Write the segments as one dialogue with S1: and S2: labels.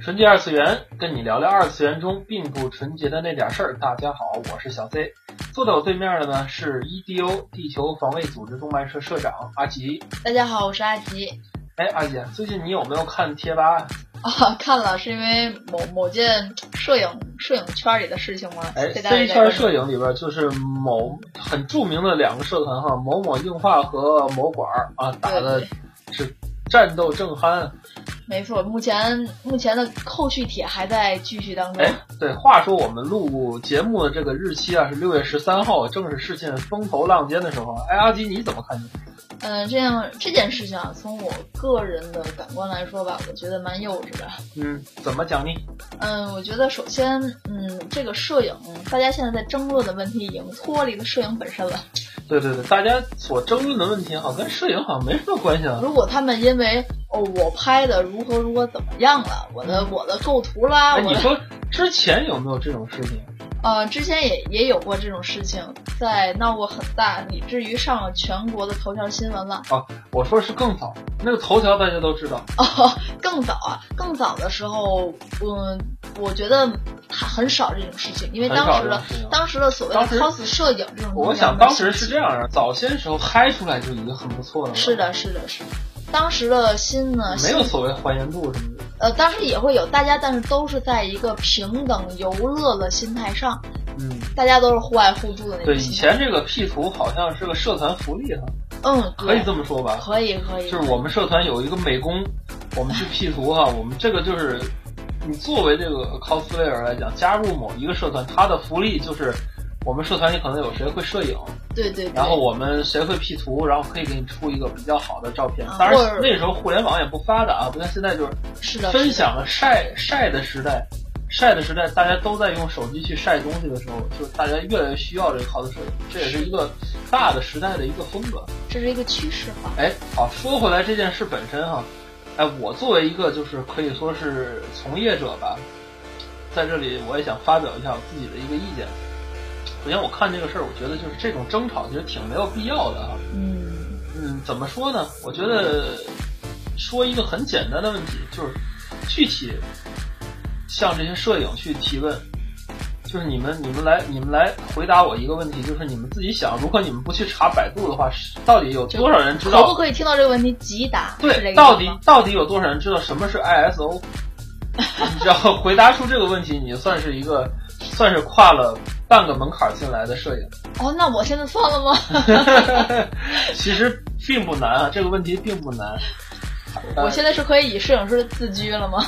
S1: 纯洁二次元，跟你聊聊二次元中并不纯洁的那点事儿。大家好，我是小 C，坐在我对面的呢是 EDO 地球防卫组织动漫社社长阿吉。
S2: 大家好，我是阿吉。
S1: 哎，阿吉，最近你有没有看贴吧？
S2: 啊，看了是因为某某件摄影摄影圈里的事情吗？
S1: 哎
S2: 被大家
S1: ，C 圈摄影里边就是某很著名的两个社团哈，某某硬化和某管儿啊，打
S2: 对
S1: 的
S2: 对
S1: 是战斗正酣。
S2: 没错，目前目前的后续帖还在继续当中
S1: 哎。，对，话说我们录节目的这个日期啊是六月十三号，正是事件风头浪尖的时候。哎，阿吉你怎么看呢？
S2: 嗯、这样这件事情啊，从我个人的感官来说吧，我觉得蛮幼稚的。
S1: 嗯，怎么讲呢？
S2: 嗯，我觉得首先，嗯，这个摄影，大家现在在争论的问题已经脱离了摄影本身了。
S1: 对对对，大家所争论的问题好像跟摄影好像没什么关系啊。
S2: 如果他们因为哦，我拍的如何如何怎么样了，我的我的构图啦，
S1: 哎，
S2: 我
S1: 你
S2: 的
S1: 说之前有没有这种事情？
S2: 呃，之前也也有过这种事情，在闹过很大，以至于上了全国的头条新闻了。
S1: 我说是更早，那个头条大家都知道。
S2: 哦，更早啊，更早的时候，嗯，我觉得还很少这种事情，因为
S1: 很少
S2: 当时
S1: 这
S2: 的
S1: 种事情
S2: 当时的所谓的
S1: 当时
S2: cos 摄影这种东西啊，
S1: 我想当时是这样啊，早先时候嗨出来就已经很不错了。嗯
S2: 是，的，是的，是的。当时的心呢，
S1: 没有
S2: 心
S1: 所谓还原度什么的。
S2: 呃，当时也会有大家，但是都是在一个平等游乐的心态上，
S1: 嗯，
S2: 大家都是互爱互助的那
S1: 对，
S2: 种
S1: 以
S2: 心态。
S1: 前这个 P 图好像是个社团福利哈，
S2: 嗯，
S1: 可以
S2: 对
S1: 这么说吧？
S2: 可以，可以，
S1: 就是我们社团有一个美工，我们去 P 图哈、我们这个就是你作为这个 cosplayer 来讲，加入某一个社团，它的福利就是我们社团里可能有谁会摄影，
S2: 对对对。
S1: 然后我们谁会 P 图，然后可以给你出一个比较好的照片
S2: 啊。
S1: 当
S2: 或
S1: 然
S2: 者
S1: 那时候互联网也不发达啊，不像现在就是
S2: 是的，
S1: 分
S2: 是的
S1: 享了晒晒的时代。晒的时代，大家都在用手机去晒东西的时候，就是大家越来越需要这个 cos 摄影，这也是一个大的时代的一个风格。
S2: 这是一个趋势化。
S1: 哎，好，说回来这件事本身哈，哎，我作为一个就是可以说是从业者吧，在这里我也想发表一下我自己的一个意见。首先，我看这个事儿，我觉得就是这种争吵其实挺没有必要的哈。
S2: 嗯，
S1: 嗯，怎么说呢？我觉得说一个很简单的问题，就是具体向这些摄影去提问，就是你们你们来你们来回答我一个问题，就是你们自己想，如果你们不去查百度的话，是到底有多少人知
S2: 可
S1: 道？
S2: 不可以听到这个问题急答？是
S1: 对，
S2: 这个意思
S1: 到底
S2: 吗
S1: 到底有多少人知道什么是 ISO？你只要回答出这个问题，你就算是一个算是跨了半个门槛进来的摄影。
S2: 哦，那我现在算了吗？
S1: 其实并不难啊，这个问题并不难。呃
S2: 我现在是可以以摄影师自居了吗？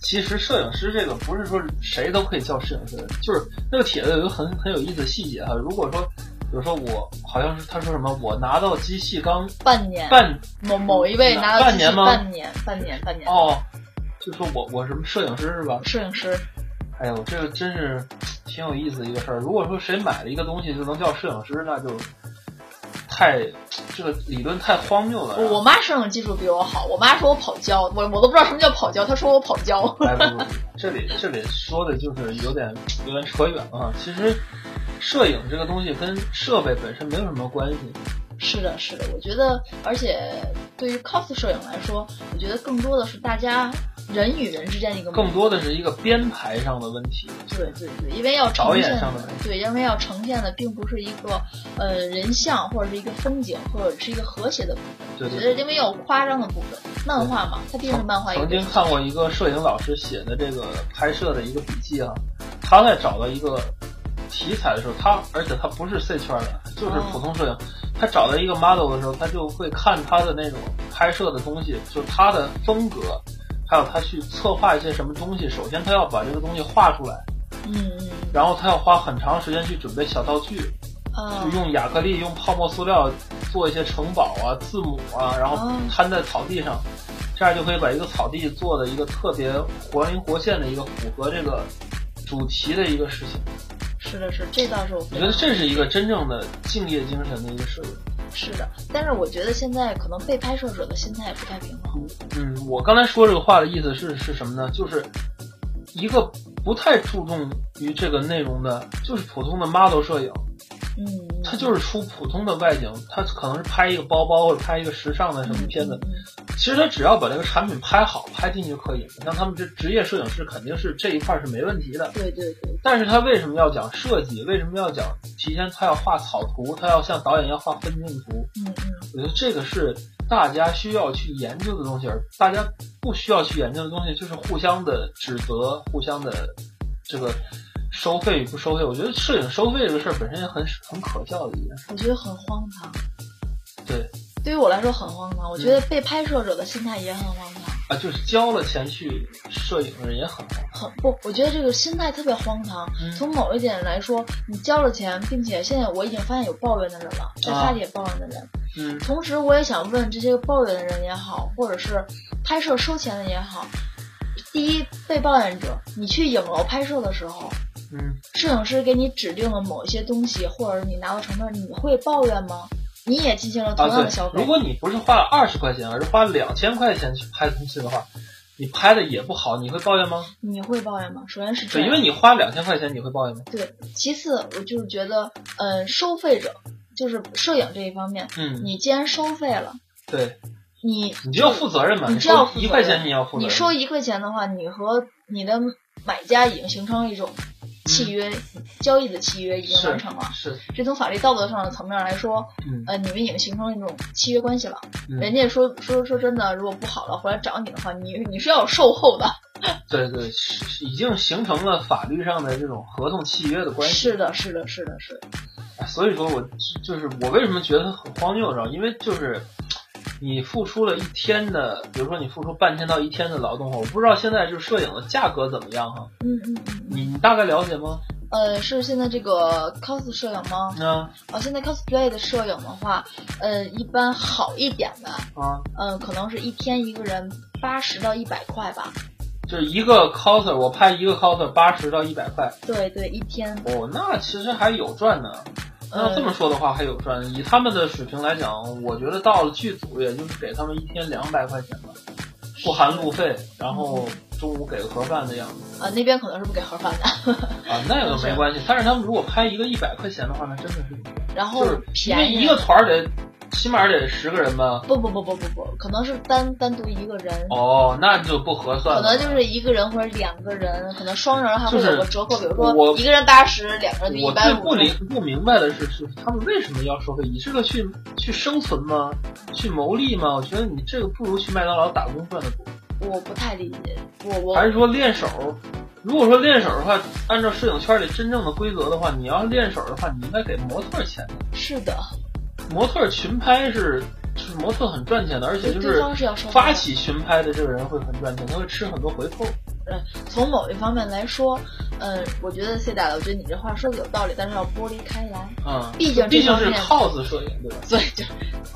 S1: 其实摄影师这个不是说谁都可以叫摄影师，就是那个帖子有一个很很有意思的细节哈。如果说，比如说我好像是他说什么，我拿到机器刚
S2: 半年，
S1: 半
S2: 某某一位拿到
S1: 半
S2: 机器
S1: 年吗
S2: 半年，半年，半年，
S1: 哦，就说我我什么摄影师是吧？
S2: 摄影师
S1: 哎呦，这个真是挺有意思的一个事儿。如果说谁买了一个东西就能叫摄影师，那就太这个理论太荒谬了。啊
S2: 我我妈摄影技术比我好，我妈说我跑焦，我我都不知道什么叫跑焦，她说我跑焦。
S1: 哎不不不，这里这里说的就是有点有点扯远了啊。其实摄影这个东西跟设备本身没有什么关系。
S2: 是的，是的，我觉得，而且对于 cos 摄影来说，我觉得更多的是大家人与人之间的一个
S1: 更多的是一个编排上的问题。
S2: 对对对，因为要
S1: 导
S2: 呈
S1: 演
S2: 现
S1: 上的问
S2: 对，因为要呈现的并不是一个呃人像或者是一个风景或者是一个和谐的部分，
S1: 对
S2: 我觉
S1: 对
S2: 得
S1: 对。
S2: 因为有夸张的部分，漫画嘛，它毕竟是漫画
S1: 嗯
S2: 一
S1: 曾
S2: 个
S1: 经看过一个摄影老师写的这个拍摄的一个笔记啊，他在找到一个题材的时候，他而且他不是 C 圈的，就是普通摄影。他找到一个 model 的时候，他就会看他的那种拍摄的东西，就是他的风格，还有他去策划一些什么东西。首先，他要把这个东西画出来，
S2: 嗯嗯
S1: 然后他要花很长时间去准备小道具，
S2: 嗯
S1: 就用亚克力、用泡沫塑料做一些城堡啊、字母啊，然后
S2: 哦
S1: 摊在草地上，这样就可以把一个草地做的一个特别活灵活现的一个符合这个主题的一个事情。
S2: 是的，是的这倒是我
S1: 我觉得这是一个真正的敬业精神的一个摄影。
S2: 是的，但是我觉得现在可能被拍摄者的心态也不太平衡。
S1: 嗯，我刚才说这个话的意思是是什么呢？就是一个不太注重于这个内容的，就是普通的 model 摄影，
S2: 嗯，
S1: 它就是出普通的外景，它可能是拍一个包包或者拍一个时尚的什么片子。
S2: 嗯
S1: 其实它只要把这个产品拍好，拍进去就可以了。像他们这职业摄影师肯定是这一块是没问题的，
S2: 对对对，
S1: 但是他为什么要讲设计？为什么要讲提前？他要画草图，他要像导演要画分镜图。
S2: 嗯嗯，
S1: 我觉得这个是大家需要去研究的东西，而大家不需要去研究的东西就是互相的指责，互相的这个收费与不收费。我觉得摄影收费这个事儿本身也很很可笑的一件事。
S2: 我觉得很荒唐。
S1: 对
S2: 对于我来说很荒唐，我觉
S1: 嗯
S2: 得被拍摄者的心态也很荒唐，
S1: 啊，就是交了钱去摄影的人也很好。
S2: 很不，我觉得这个心态特别荒唐。
S1: 嗯
S2: 从某一点来说，你交了钱，并且现在我已经发现有抱怨的人了，在
S1: 啊
S2: 发帖抱怨的人。
S1: 嗯
S2: 同时，我也想问这些抱怨的人也好，或者是拍摄收钱的也好，第一，被抱怨者，你去影楼拍摄的时候，
S1: 嗯，
S2: 摄影师给你指定了某一些东西，或者是你拿到成品，你会抱怨吗？你也进行了同
S1: 啊
S2: 样
S1: 对
S2: 的消，费，
S1: 如果你不是花了二十块钱，而是花两千块钱去拍东西的话，你拍的也不好，你会抱怨吗？
S2: 你会抱怨吗？首先是这
S1: 对，因
S2: 样
S1: 为，你花两千块钱，你会抱怨吗？
S2: 对。其次，我就是觉得，嗯，收费者就是摄影这一方面，
S1: 嗯，
S2: 你既然收费了，
S1: 对，
S2: 你
S1: 你就要负责任嘛，
S2: 你
S1: 你
S2: 就要
S1: 说
S2: 负责
S1: 一块
S2: 任
S1: 钱你要负责任，
S2: 你收一块钱的话，你和你的买家已经形成一种契约，交易的契约已经完成了。
S1: 嗯是，
S2: 这从法律道德上的层面来说，
S1: 嗯
S2: 呃，你们已经形成一种契约关系了。
S1: 嗯
S2: 人家说说说真的，如果不好了回来找你的话，你你是要有售后的。
S1: 对对，是是已经形成了法律上的这种合同契约的关系。
S2: 是的，是的，是的，是的。
S1: 所以说我就是我为什么觉得很荒谬，知道吗？因为就是你付出了一天的，比如说你付出半天到一天的劳动哈，我不知道现在就是摄影的价格怎么样哈，
S2: 嗯嗯嗯嗯。
S1: 你你大概了解吗？
S2: 呃，是现在这个 cos 摄影吗？
S1: 啊
S2: 啊，现在 cosplay 的摄影的话，呃，一般好一点的，
S1: 啊，
S2: 嗯、可能是一天一个人八十到一百块吧。
S1: 就是一个 coser，我拍一个 coser 八十到一百块，
S2: 对对，一天。
S1: 哦，那其实还有赚呢。
S2: 嗯
S1: 那这么说的话还有赚，以他们的水平来讲，我觉得到了剧组也就是给他们一天两百块钱吧，不含路费，然后
S2: 嗯
S1: 中午给个盒饭的样子
S2: 呃，那边可能是不给盒饭的，
S1: 啊，那个没关系。但是他们如果拍一个一百块钱的话，那真的是
S2: 然后
S1: 就是因为
S2: 便宜。
S1: 一个团儿得起码得十个人吧。
S2: 不不不不不不，可能是单单独一个人，
S1: 哦，那就不合算
S2: 可
S1: 了。
S2: 能就是一个有或者两个人，可能双人还会
S1: 就是
S2: 有个折扣，比如
S1: 我
S2: 说一个人八十，两个人就
S1: 我
S2: 一
S1: 最
S2: 百
S1: 不
S2: 五。
S1: 明不明白的是，就是他们为什么要收费？以这个去去生存吗？去谋利吗？我觉得你这个不如去麦当劳打工赚的多。
S2: 我不太理解，我我
S1: 还是说练手？如果说练手的话，按照摄影圈里真正的规则的话，你要是练手的话，你应该给模特钱。
S2: 是的，
S1: 模特群拍是，就是模特很赚钱的，而且就
S2: 对对方是要收费的
S1: 发起群拍的这个人会很赚钱，他会吃很多回扣。
S2: 从某一方面来说，嗯，我觉得 C 大的，我觉得你这话说的有道理，但是要剥离开来，
S1: 嗯，
S2: 毕竟
S1: 毕竟
S2: 这方
S1: 是
S2: 面，
S1: cos 摄影对吧？
S2: 所以就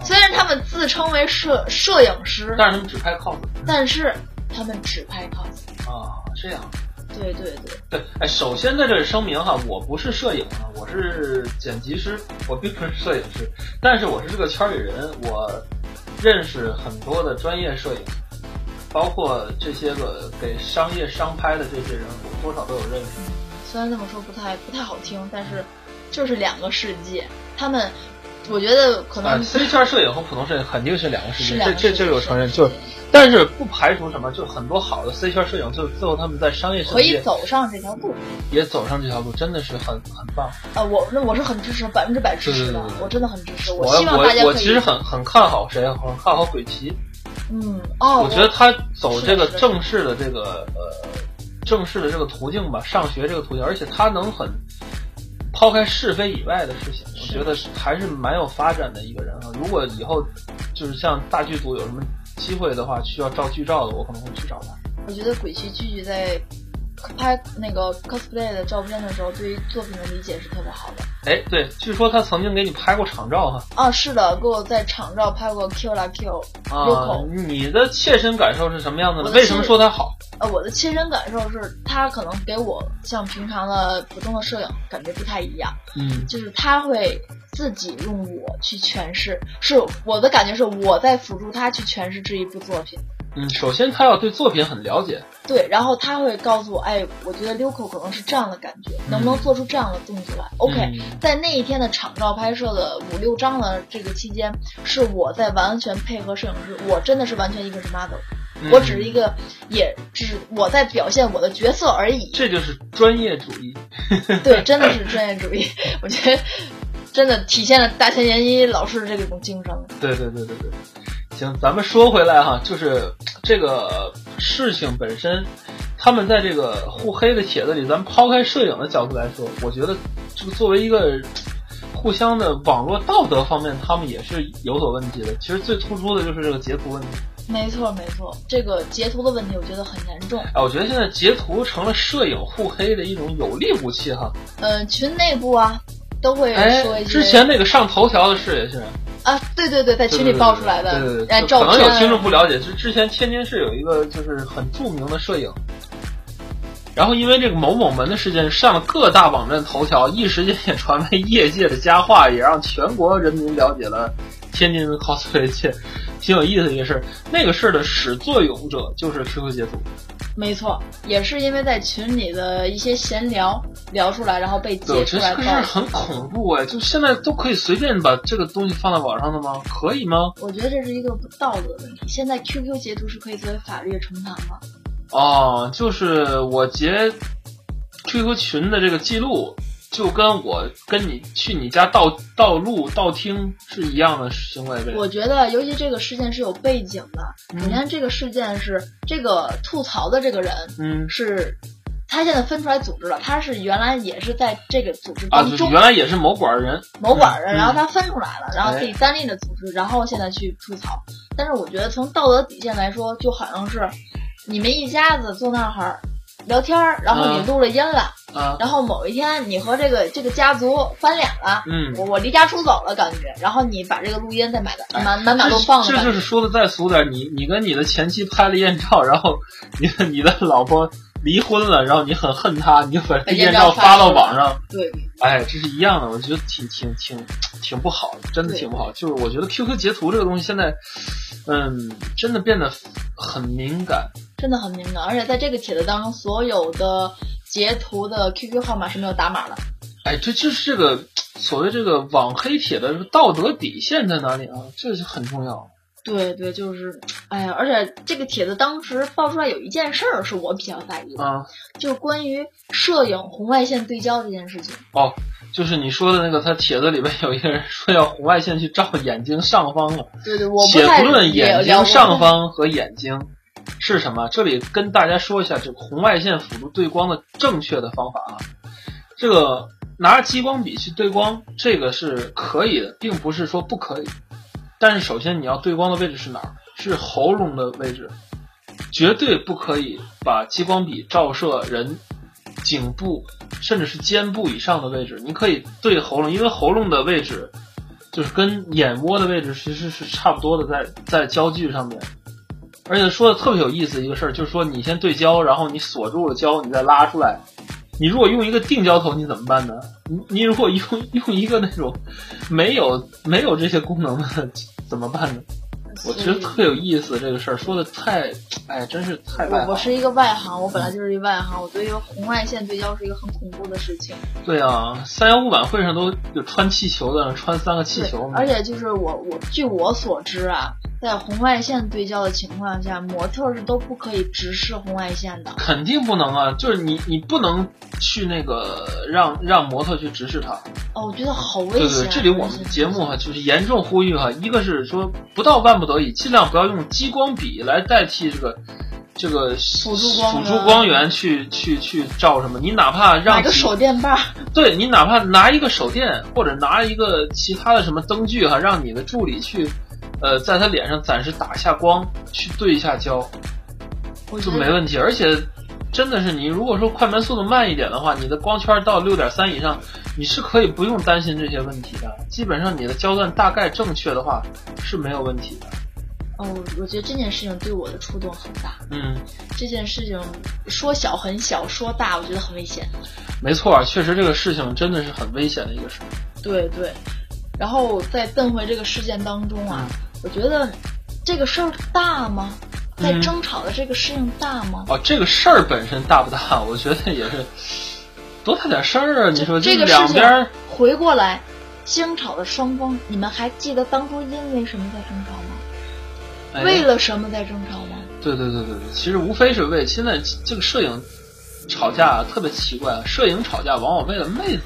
S2: 虽然他们自称为摄摄影师，
S1: 哦但是他们只拍 cos
S2: 但是他们只拍 cos。
S1: 啊，这样。
S2: 对对对，
S1: 对， 哎，首先在这里声明哈，我不是摄影啊，我是剪辑师，我并不是摄影师，但是我是这个圈里人，我认识很多的专业摄影，包括这些个给商业商拍的这些人，我多少都有认识。
S2: 虽然这么说不太不太好听，但是就是两个世界，他们我觉得可
S1: 啊
S2: 能
S1: ，C 圈摄影和普通摄影肯定是两个世
S2: 是
S1: 界，
S2: 两
S1: 这
S2: 个
S1: 这这
S2: 世界
S1: 个我承认，就但是不排除什么，就很多好的 C 圈摄影，就最后他们在商业世
S2: 可以
S1: 界
S2: 走上这条路。
S1: 也走上这条路，真的是很很棒。
S2: 啊，我那我是很支持，百分之百支持的
S1: 对对，对
S2: 我真的很支持。
S1: 我
S2: 希望大家
S1: 我
S2: 可
S1: 我
S2: 以，
S1: 其实很很看好谁，很看好鬼奇。
S2: 嗯哦，
S1: 我觉得他走这个
S2: 是的是的
S1: 正式的这个呃正式的这个途径吧，上学这个途径，而且他能很抛开是非以外的事情，我
S2: 是
S1: 觉得还是蛮有发展的一个人啊。如果以后就是像大剧组有什么机会的话，需要照剧照的，我可能会去找他。
S2: 我觉得鬼泣聚集在拍那个 cosplay 的照片的时候，对于作品的理解是特别好的。
S1: 哎，对，据说他曾经给你拍过场照哈。
S2: 啊，是的，给我在场照拍过 Q 啦 Q 入
S1: 啊
S2: 口。，
S1: 你的切身感受是什么样的呢？
S2: 我的
S1: 为什么
S2: 切
S1: 说它好？
S2: 呃，我的切身感受是，他可能给我像平常的普通的摄影感觉不太一样，
S1: 嗯，
S2: 就是他会自己用我去诠释，是我的感觉是我在辅助他去诠释这一部作品。
S1: 嗯，首先他要对作品很了解，
S2: 对，然后他会告诉我，哎，我觉得 Luco 可能是这样的感觉，能不能做出这样的动作来？OK，、
S1: 嗯
S2: 在那一天的场照拍摄的五六张的这个期间，是我在完全配合摄影师，我真的是完全一个是 model，、
S1: 嗯
S2: 我只是一个，也只是我在表现我的角色而已。
S1: 这就是专业主义。
S2: 对，真的是专业主义， 我觉得真的体现了大前研一老师这种精神。
S1: 对对对对对。行，咱们说回来哈，就是这个事情本身，他们在这个互黑的帖子里，咱们抛开摄影的角度来说，我觉得这个作为一个互相的网络道德方面，他们也是有所问题的。其实最突出的就是这个截图问题。
S2: 没错，没错，这个截图的问题我觉得很严重。
S1: 哎，我觉得现在截图成了摄影互黑的一种有力武器哈。
S2: 呃，群内部啊，都会
S1: 哎
S2: 说，一些
S1: 之前那个上头条的事也是，
S2: 啊，对对对，在群里爆出来的，
S1: 对对对，
S2: 哎，
S1: 就
S2: 照
S1: 可
S2: 片
S1: 能有听
S2: 啊
S1: 众不了解，就之前天津市有一个就是很著名的摄影，然后因为这个某某门的事件上了各大网站头条，一时间也传为业界的佳话，也让全国人民了解了天津 cosplay 界挺有意思的一个事儿。那个事儿的始作俑者就是 QQ 截图，
S2: 没错，也是因为在群里的一些闲聊聊出来，然后被
S1: 对，我觉
S2: 截出
S1: 得
S2: 来
S1: 这个
S2: 爆
S1: 事儿很恐怖哎，就现在都可以随便把这个东西放到网上的吗？可以吗？
S2: 我觉得这是一个不道德的问题。现在 QQ 截图是可以作为法律的惩罚吗？
S1: 哦，就是我截 QQ 群的这个记录，就跟我跟你去你家盗盗录、盗听是一样的行为呗。
S2: 我觉得，尤其这个事件是有背景的。
S1: 嗯
S2: 首先，这个事件是这个吐槽的这个人
S1: 嗯
S2: 是，他现在分出来组织了，他是原来也是在这个组织
S1: 啊，
S2: 当
S1: 就是
S2: 中
S1: 原来也是某管人，
S2: 某管的，
S1: 嗯
S2: 然后他分出来了，然后
S1: 哎
S2: 自己单立的组织，然后现在去吐槽。但是我觉得从道德底线来说，就好像是你们一家子坐那儿聊天儿，然后你
S1: 嗯
S2: 录了音了，
S1: 啊，
S2: 然后某一天你和这个这个家族翻脸了，
S1: 嗯，
S2: 我我离家出走了感觉，然后你把这个录音再买的
S1: 哎
S2: 满满马路
S1: 这
S2: 放了
S1: 这
S2: 感
S1: 就
S2: 觉，
S1: 是说的再俗点儿，你你跟你的前妻拍了艳照，然后你的你的老婆离婚了，然后你很恨她，你就把这
S2: 把艳
S1: 艳照
S2: 照发
S1: 发到
S2: 出来
S1: 网上，
S2: 对，
S1: 哎，这是一样的，我觉得挺挺挺挺不好的，真的挺不好。就是我觉得 QQ 截图这个东西现在，嗯，真的变得很敏感。
S2: 真的很敏感。而且在这个帖子当中，所有的截图的 QQ 号码是没有打码的。
S1: 哎，这就是这个所谓这个网黑帖的道德底线在哪里啊？这是很重要。
S2: 对对，就是，哎呀，而且这个帖子当时爆出来有一件事儿是我比较在意的，
S1: 啊，
S2: 就是关于摄影红外线对焦这件事情。
S1: 就是你说的那个，他帖子里边有一个人说要红外线去照眼睛上方了，
S2: 对对，我不
S1: 且
S2: 太
S1: 不论
S2: 了
S1: 眼
S2: 了
S1: 睛
S2: 解
S1: 上方和眼睛是什么，这里跟大家说一下这个红外线辅助对光的正确的方法啊。这个拿着激光笔去对光，这个是可以的，并不是说不可以。但是首先你要对光的位置是哪儿？是喉咙的位置，绝对不可以把激光笔照射人颈部甚至是肩部以上的位置。你可以对喉咙，因为喉咙的位置就是跟眼窝的位置其实是差不多的在，在焦距上面。而且说的特别有意思一个事儿，就是说你先对焦，然后你锁住了焦，你再拉出来。你如果用一个定焦头，你怎么办呢？你你如果用用一个那种没有没有这些功能的，怎么办呢？我觉得特别有意思，这个事儿说的太，哎，真是太外
S2: 我
S1: 行
S2: 我
S1: 了。
S2: 是一个外行，我本来就是一外行，我对于红外线对焦是一个很恐怖的事情。
S1: 对啊，三幺五晚会上都有穿气球的，穿三个气
S2: 对
S1: 球，，
S2: 而且就是我我据我所知啊，在红外线对焦的情况下，模特儿是都不可以直视红外线的。
S1: 肯定不能啊！就是你你不能去那个让让模特去直视他。
S2: 哦，我觉得好危
S1: 对
S2: 险
S1: 对，
S2: 啊。
S1: 这里我们节目哈、就是严重呼吁哈、一个是说不到万不得已，尽量不要用激光笔来代替这个。这个辅
S2: 助光源
S1: 辅助光源去去去照什么？你哪怕让
S2: 买个
S1: 几
S2: 手电棒儿，
S1: 对你哪怕拿一个手电或者拿一个其他的什么灯具哈、让你的助理去，呃，在他脸上暂时打一下光，去对一下焦
S2: 我觉
S1: 就
S2: 得
S1: 没问题。而且真的是你如果说快门速度慢一点的话，你的光圈到六点三以上，你是可以不用担心这些问题的。基本上你的焦段大概正确的话是没有问题的。
S2: 哦，我觉得这件事情对我的触动很大。
S1: 嗯，
S2: 这件事情说小很小，说大我觉得很危险。
S1: 没错，啊确实这个事情真的是很危险的一个事情。
S2: 对对，然后再瞪回这个事件当中啊，我觉得这个事儿大吗？在
S1: 嗯
S2: 争吵的这个事情大吗？
S1: 哦，这个事儿本身大不大？我觉得也是多大点事儿啊！你说
S2: 这个事
S1: 两
S2: 情
S1: 边儿
S2: 回过来，争吵的双方，你们还记得当初因为什么在争吵吗？
S1: 哎
S2: 为了什么在争吵吗？
S1: 对对对对对，其实无非是为现在这个摄影吵架啊特别奇怪，摄影吵架往往为了妹子。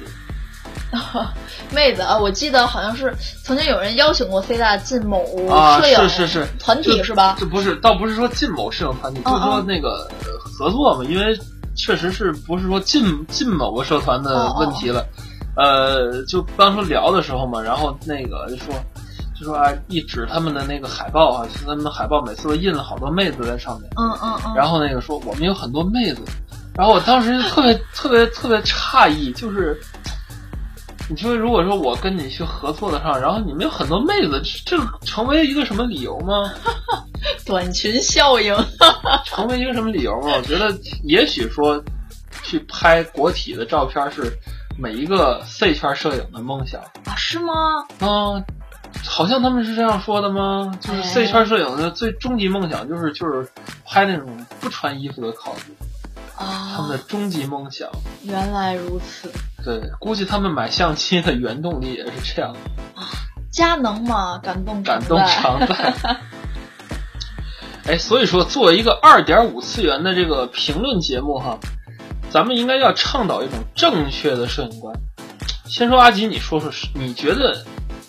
S2: 妹子啊，我记得好像是曾经有人邀请过 C 大进某
S1: 啊，
S2: 摄影、
S1: 是是是
S2: 团体
S1: 就是
S2: 吧？
S1: 这不是，倒不是说进某摄影团体，就
S2: 嗯
S1: 是说
S2: 嗯
S1: 那个呃合作嘛，因为确实是不是说进进某个社团的
S2: 哦哦
S1: 问题了。呃，就当初聊的时候嘛，然后那个就说就说啊，一指他们的那个海报啊，就他们的海报每次都印了好多妹子在上面。
S2: 嗯嗯嗯。
S1: 然后那个说我们有很多妹子，然后我当时就特别 特别特别诧异，就是你说如果说我跟你去合作的上，然后你们有很多妹子，这这成为一个什么理由吗？
S2: 短裙效应，
S1: 成为一个什么理由吗？我觉得也许说去拍国体的照片是每一个 C 圈摄影的梦想
S2: 啊，是吗？
S1: 啊。好像他们是这样说的吗？就是
S2: 哎
S1: C 圈摄影的最终极梦想就是就是拍那种不穿衣服的考据，他们的
S2: 啊，
S1: 终极梦想。
S2: 原来如此。
S1: 对，估计他们买相机的原动力也是这样，
S2: 佳能嘛，感动
S1: 感
S2: 常
S1: 动
S2: 在
S1: 常在。哎，所以说，作为一个二点五次元的这个评论节目哈，咱们应该要倡导一种正确的摄影观。先说阿吉，你说说，你觉得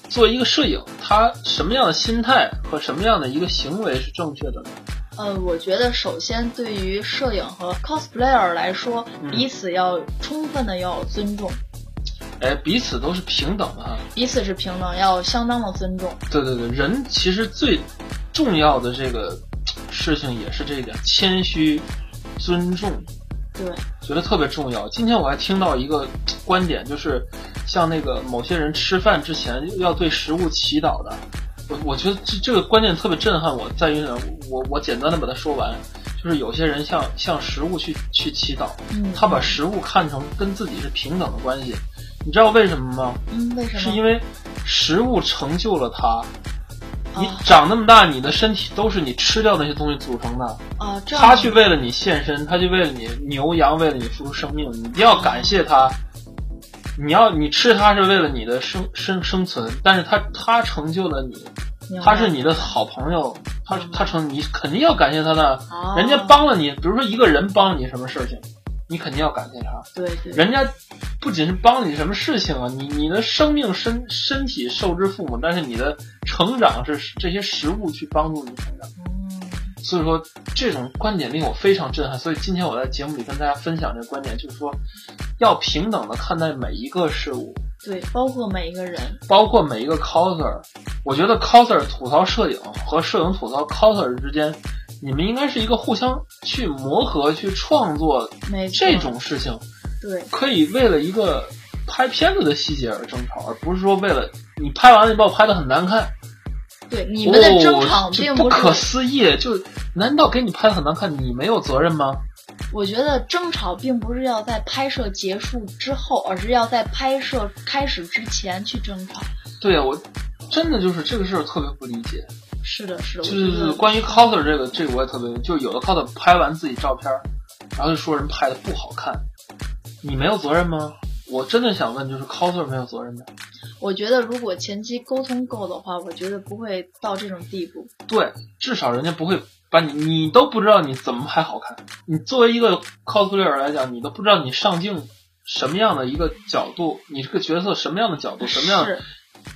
S1: 作为一个摄影，他什么样的心态和什么样的一个行为是正确的呢？
S2: 呃，我觉得首先对于摄影和 cosplayer 来说，
S1: 嗯
S2: 彼此要充分的要有尊重，
S1: 哎，彼此都是平等的哈。
S2: 彼此是平等，要相当的尊重。
S1: 对对对，人其实最重要的这个事情也是这一点，谦虚、尊重，
S2: 对，
S1: 觉得特别重要。今天我还听到一个呃观点，就是像那个某些人吃饭之前要对食物祈祷的，我我觉得这这个观念特别震撼我，在于呢，我我简单的把它说完，就是有些人向向食物去去祈祷，
S2: 嗯，
S1: 他把食物看成跟自己是平等的关系，你知道为什么吗？
S2: 嗯，为什么？
S1: 是因为食物成就了他。你
S2: 啊
S1: 长那么大，你的身体都是你吃掉那些东西组成的。
S2: 啊，这样
S1: 他去为了你献身，他去为了你牛羊，为了你付出生命，你一定要感谢他。你要你吃它是为了你的生生生存，但是他他成就了你，
S2: 明白
S1: 他是你的好朋友，他
S2: 明白
S1: 他成你肯定要感谢他的。
S2: 哦
S1: 人家帮了你，比如说一个人帮了你什么事情，你肯定要感谢他。
S2: 对对
S1: 人家不仅是帮你什么事情啊，你你的生命身身体受之父母，但是你的成长是这些食物去帮助你成长。
S2: 嗯
S1: 所以说这种观点令我非常震撼。所以今天我在节目里跟大家分享这个观点，就是说要平等的看待每一个事物，
S2: 对，包括每一个人，
S1: 包括每一个 coser。我觉得 coser 吐槽摄影和摄影吐槽 coser 之间，你们应该是一个互相去磨合、去创作
S2: 没错
S1: 这种事情。
S2: 对
S1: 可以为了一个拍片子的细节而争吵，而不是说为了你拍完了你把我拍的很难看。
S2: 对，你们的争
S1: 哦
S2: 吵
S1: 这
S2: 并
S1: 不
S2: 不
S1: 可
S2: 是，
S1: 思议，就难道给你拍的很难看，你没有责任吗？
S2: 我觉得争吵并不是要在拍摄结束之后，而是要在拍摄开始之前去争吵。
S1: 对啊，我真的就是这个事儿特别不理解，
S2: 是的，是的，
S1: 就
S2: 我觉
S1: 是
S2: 得
S1: 关于 coser 这个这个我也特别，就有的 coser 拍完自己照片儿，然后就说人拍的不好看，你没有责任吗？我真的想问，就是 coser 没有责任吗？
S2: 我觉得如果前期沟通够的话，我觉得不会到这种地步。
S1: 对，至少人家不会把你，你都不知道你怎么拍好看。你作为一个 cosplayer 来讲，你都不知道你上镜什么样的一个角度，你这个角色什么样的角度，什么样的
S2: 是，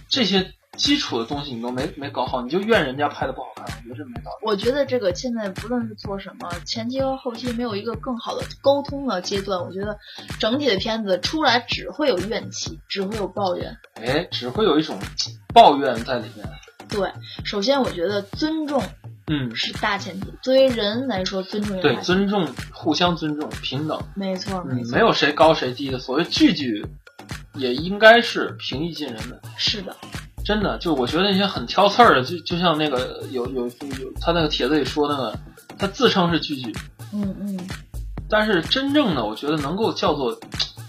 S1: 这些基础的东西你都没没搞好，你就怨人家拍的不好看，我觉得这没道理。
S2: 我觉得这个现在不论是做什么，前期和后期没有一个更好的沟通的阶段，我觉得整体的片子出来只会有怨气，只会有抱怨。
S1: 哎，只会有一种嘖抱怨在里面。
S2: 对，首先我觉得尊重
S1: 嗯，
S2: 是大前提。作为人来说，尊重也
S1: 对，
S2: 大前提
S1: 尊重，互相尊重，平等，
S2: 没错，
S1: 嗯
S2: 没，错，
S1: 没有谁高谁低的。所谓句句，也应该是平易近人的。
S2: 是的，
S1: 真的，就我觉得那些很挑刺儿的，就就像那个有有有他那个帖子里说那个，他自称是句句，
S2: 嗯嗯，
S1: 但是真正的我觉得能够叫做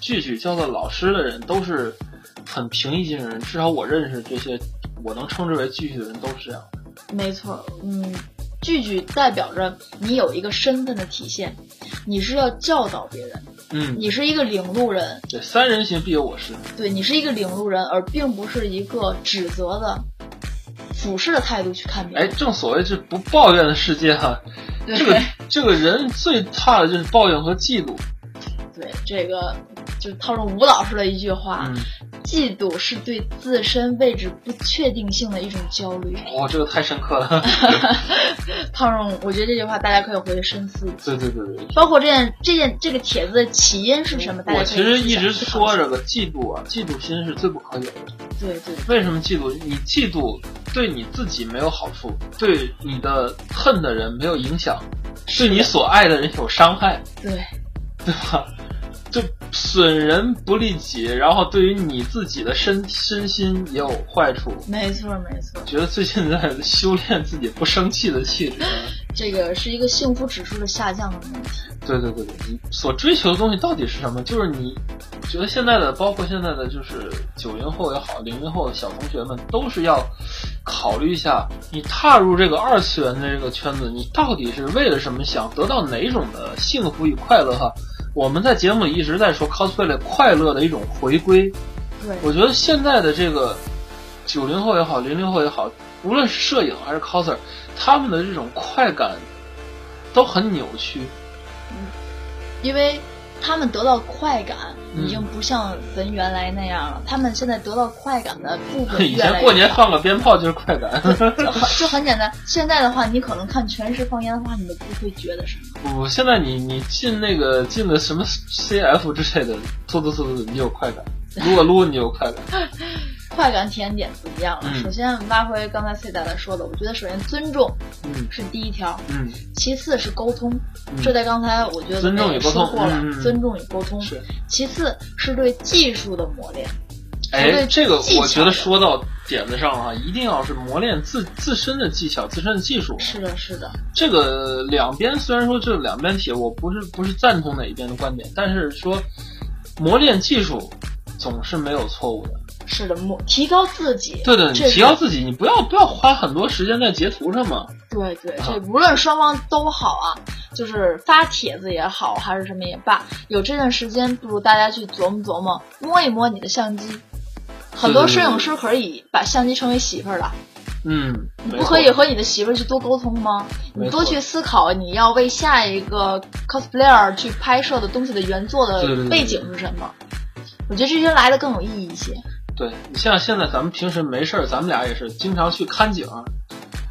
S1: 句句叫做老师的人，都是很平易近人。至少我认识这些我能称之为句句的人都是这样。
S2: 没错，嗯，句句代表着你有一个身份的体现，你是要教导别人，
S1: 嗯，
S2: 你是一个领路人，
S1: 对，三人行必有我师。
S2: 对你是一个领路人，而并不是一个指责的、俯视的态度去看别
S1: 哎，
S2: 人。
S1: 正所谓这不抱怨的世界哈、
S2: 对、
S1: 哎这个这个人最怕的就是抱怨和嫉妒。
S2: 对，这个就套用吴老师的一句话、
S1: 嗯，
S2: 嫉妒是对自身位置不确定性的一种焦虑。
S1: 哇、这个太深刻了。
S2: 套用，我觉得这句话大家可以回去深思。
S1: 对对对对。
S2: 包括这件这件这个帖子的起因是什么？大家
S1: 我
S2: 可以
S1: 其实一直
S2: 思考
S1: 说
S2: 下
S1: 这个嫉妒啊，嫉妒心是最不可有的。
S2: 对对
S1: 为什么嫉妒？你嫉妒对你自己没有好处，对你的恨的人没有影响，对你所爱的人有伤害，
S2: 对，
S1: 对吧？就损人不利己，然后对于你自己的身身心也有坏处。
S2: 没错没错，
S1: 觉得最近在修炼自己不生气的气 质。
S2: 这个是一个幸福指数的下降的问题。
S1: 对对对对，你所追求的东西到底是什么？就是你觉得现在的，包括现在的，就是九零后也好，零零后的小同学们，都是要考虑一下，你踏入这个二次元的这个圈子，你到底是为了什么？想得到哪种的幸福与快乐？哈，我们在节目里一直在说 cosplay 的快乐的一种回归。
S2: 对，
S1: 我觉得现在的这个九零后也好，零零后也好，无论是摄影还是 coser，他们的这种快感都很扭曲。
S2: 因为他们得到快感
S1: 嗯
S2: 已经不像咱原来那样了，他们现在得到快感的部分
S1: 以
S2: 越来
S1: 前
S2: 越
S1: 过年放个鞭炮就是快感，
S2: 就很 就很简单。现在的话，你可能看全是放烟花，你都不会觉得什么。
S1: 不，现在你你进那个进个什么 CF 之类的，突突突突，你有快感，撸啊撸你有快感，
S2: 快感体验点不一样了。
S1: 嗯
S2: 首先挖回刚才 C 仔仔说的，我觉得首先尊重
S1: 嗯
S2: 是第一条，
S1: 嗯，
S2: 其次是沟通，
S1: 嗯
S2: 这在刚才我觉得
S1: 尊重与沟通
S2: 说过了，
S1: 嗯嗯嗯
S2: 尊重与沟通。
S1: 是，
S2: 其次是对技术的磨练，
S1: 哎，这个
S2: 技巧
S1: 我觉得说到点子上了、啊，一定要是磨练自自身的技巧、自身的技术。
S2: 是的，是的，
S1: 这个两边虽然说这两边铁，我不是不是赞同哪一边的观点，但是说磨练技术总是没有错误的。
S2: 是的，磨提高自己，
S1: 对对，你
S2: 这是
S1: 提高自己，你不要不要花很多时间在截图上嘛。
S2: 对对，
S1: 啊
S2: 这无论双方都好啊，就是发帖子也好，还是什么也罢，有这段时间，不如大家去琢磨琢磨，摸一摸你的相机。很多
S1: 对对
S2: 摄
S1: 对
S2: 影师可以把相机称为媳妇儿了，
S1: 嗯，
S2: 你
S1: 没
S2: 不
S1: 错
S2: 可以和你的媳妇儿去多沟通吗？
S1: 没
S2: 你多
S1: 错
S2: 去思考你要为下一个 cosplayer 去拍摄的东西的原作
S1: 对对
S2: 的
S1: 对
S2: 背景是什么？我觉得这些来的更有意义一些。
S1: 对你像现在咱们平时没事儿，咱们俩也是经常去看景。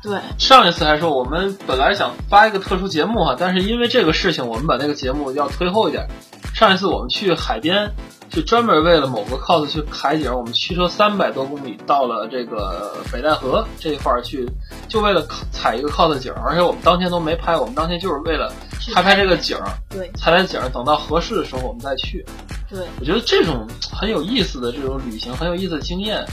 S2: 对，
S1: 上一次还说我们本来想发一个特殊节目哈，但是因为这个事情，我们把那个节目要推后一点。上一次我们去海边，就专门为了某个 cos 去海景，我们驱车三百多公里到了这个北戴河这一块儿去，就为了采一个 cos 景儿，而且我们当天都没拍，我们当天就是为了
S2: 去
S1: 拍拍这个景儿，
S2: 对
S1: 采采景儿，等到合适的时候我们再去。
S2: 对，
S1: 我觉得这种很有意思的这种旅行，很有意思的经验，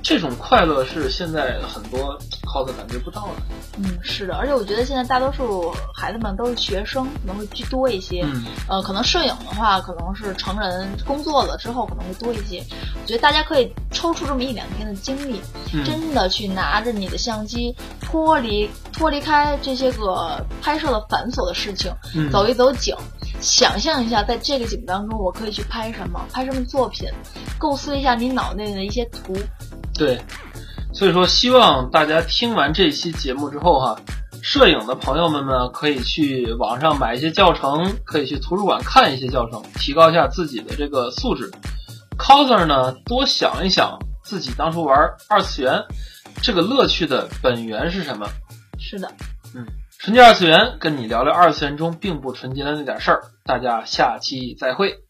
S1: 这种快乐是现在很多 cos 感觉不到的。
S2: 嗯，是的，而且我觉得现在大多数孩子们都是学生，可能会居多一些。
S1: 嗯，
S2: 呃，可能摄影的话，可能是成人工作了之后可能会多一些。我觉得大家可以抽出这么一两天的精力，
S1: 嗯
S2: 真的去拿着你的相机，脱离脱离开这些个拍摄的繁琐的事情，
S1: 嗯
S2: 走一走景，想象一下在这个景当中我可以去拍什么，拍什么作品，构思一下你脑内的一些图。
S1: 对，所以说希望大家听完这期节目之后哈、摄影的朋友们呢，可以去网上买一些教程，可以去图书馆看一些教程，提高一下自己的这个素质。coser 呢，多想一想自己当初玩二次元这个乐趣的本源是什么。
S2: 是的，
S1: 纯洁二次元，跟你聊聊二次元中并不纯洁的那点事儿。大家下期再会。